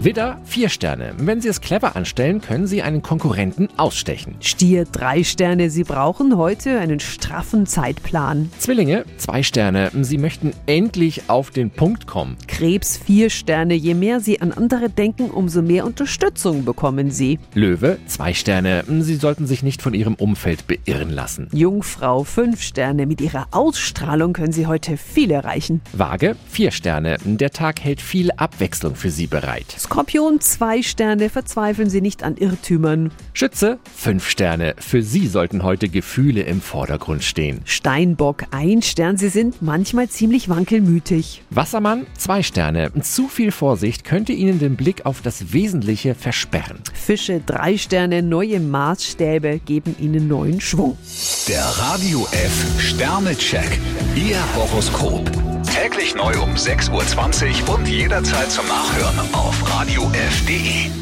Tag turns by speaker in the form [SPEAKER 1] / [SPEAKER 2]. [SPEAKER 1] Widder, vier Sterne. Wenn Sie es clever anstellen, können Sie einen Konkurrenten ausstechen.
[SPEAKER 2] Stier, drei Sterne. Sie brauchen heute einen straffen Zeitplan.
[SPEAKER 1] Zwillinge, zwei Sterne. Sie möchten endlich auf den Punkt kommen.
[SPEAKER 2] Krebs, vier Sterne. Je mehr Sie an andere denken, umso mehr Unterstützung bekommen Sie.
[SPEAKER 1] Löwe, zwei Sterne. Sie sollten sich nicht von Ihrem Umfeld beirren lassen.
[SPEAKER 2] Jungfrau, fünf Sterne. Mit Ihrer Ausstrahlung können Sie heute viel erreichen.
[SPEAKER 1] Waage, vier Sterne. Der Tag hält viel Abwechslung für Sie bereit.
[SPEAKER 2] Skorpion, zwei Sterne. Verzweifeln Sie nicht an Irrtümern.
[SPEAKER 1] Schütze, fünf Sterne. Für Sie sollten heute Gefühle im Vordergrund stehen.
[SPEAKER 2] Steinbock, ein Stern. Sie sind manchmal ziemlich wankelmütig.
[SPEAKER 1] Wassermann, zwei Sterne. Zu viel Vorsicht könnte Ihnen den Blick auf das Wesentliche versperren.
[SPEAKER 2] Fische, drei Sterne. Neue Maßstäbe geben Ihnen neuen Schwung.
[SPEAKER 3] Der Radio F Sternecheck. Ihr Horoskop. Täglich neu um 6.20 Uhr und jederzeit zum Nachhören auf Radio radiof.de.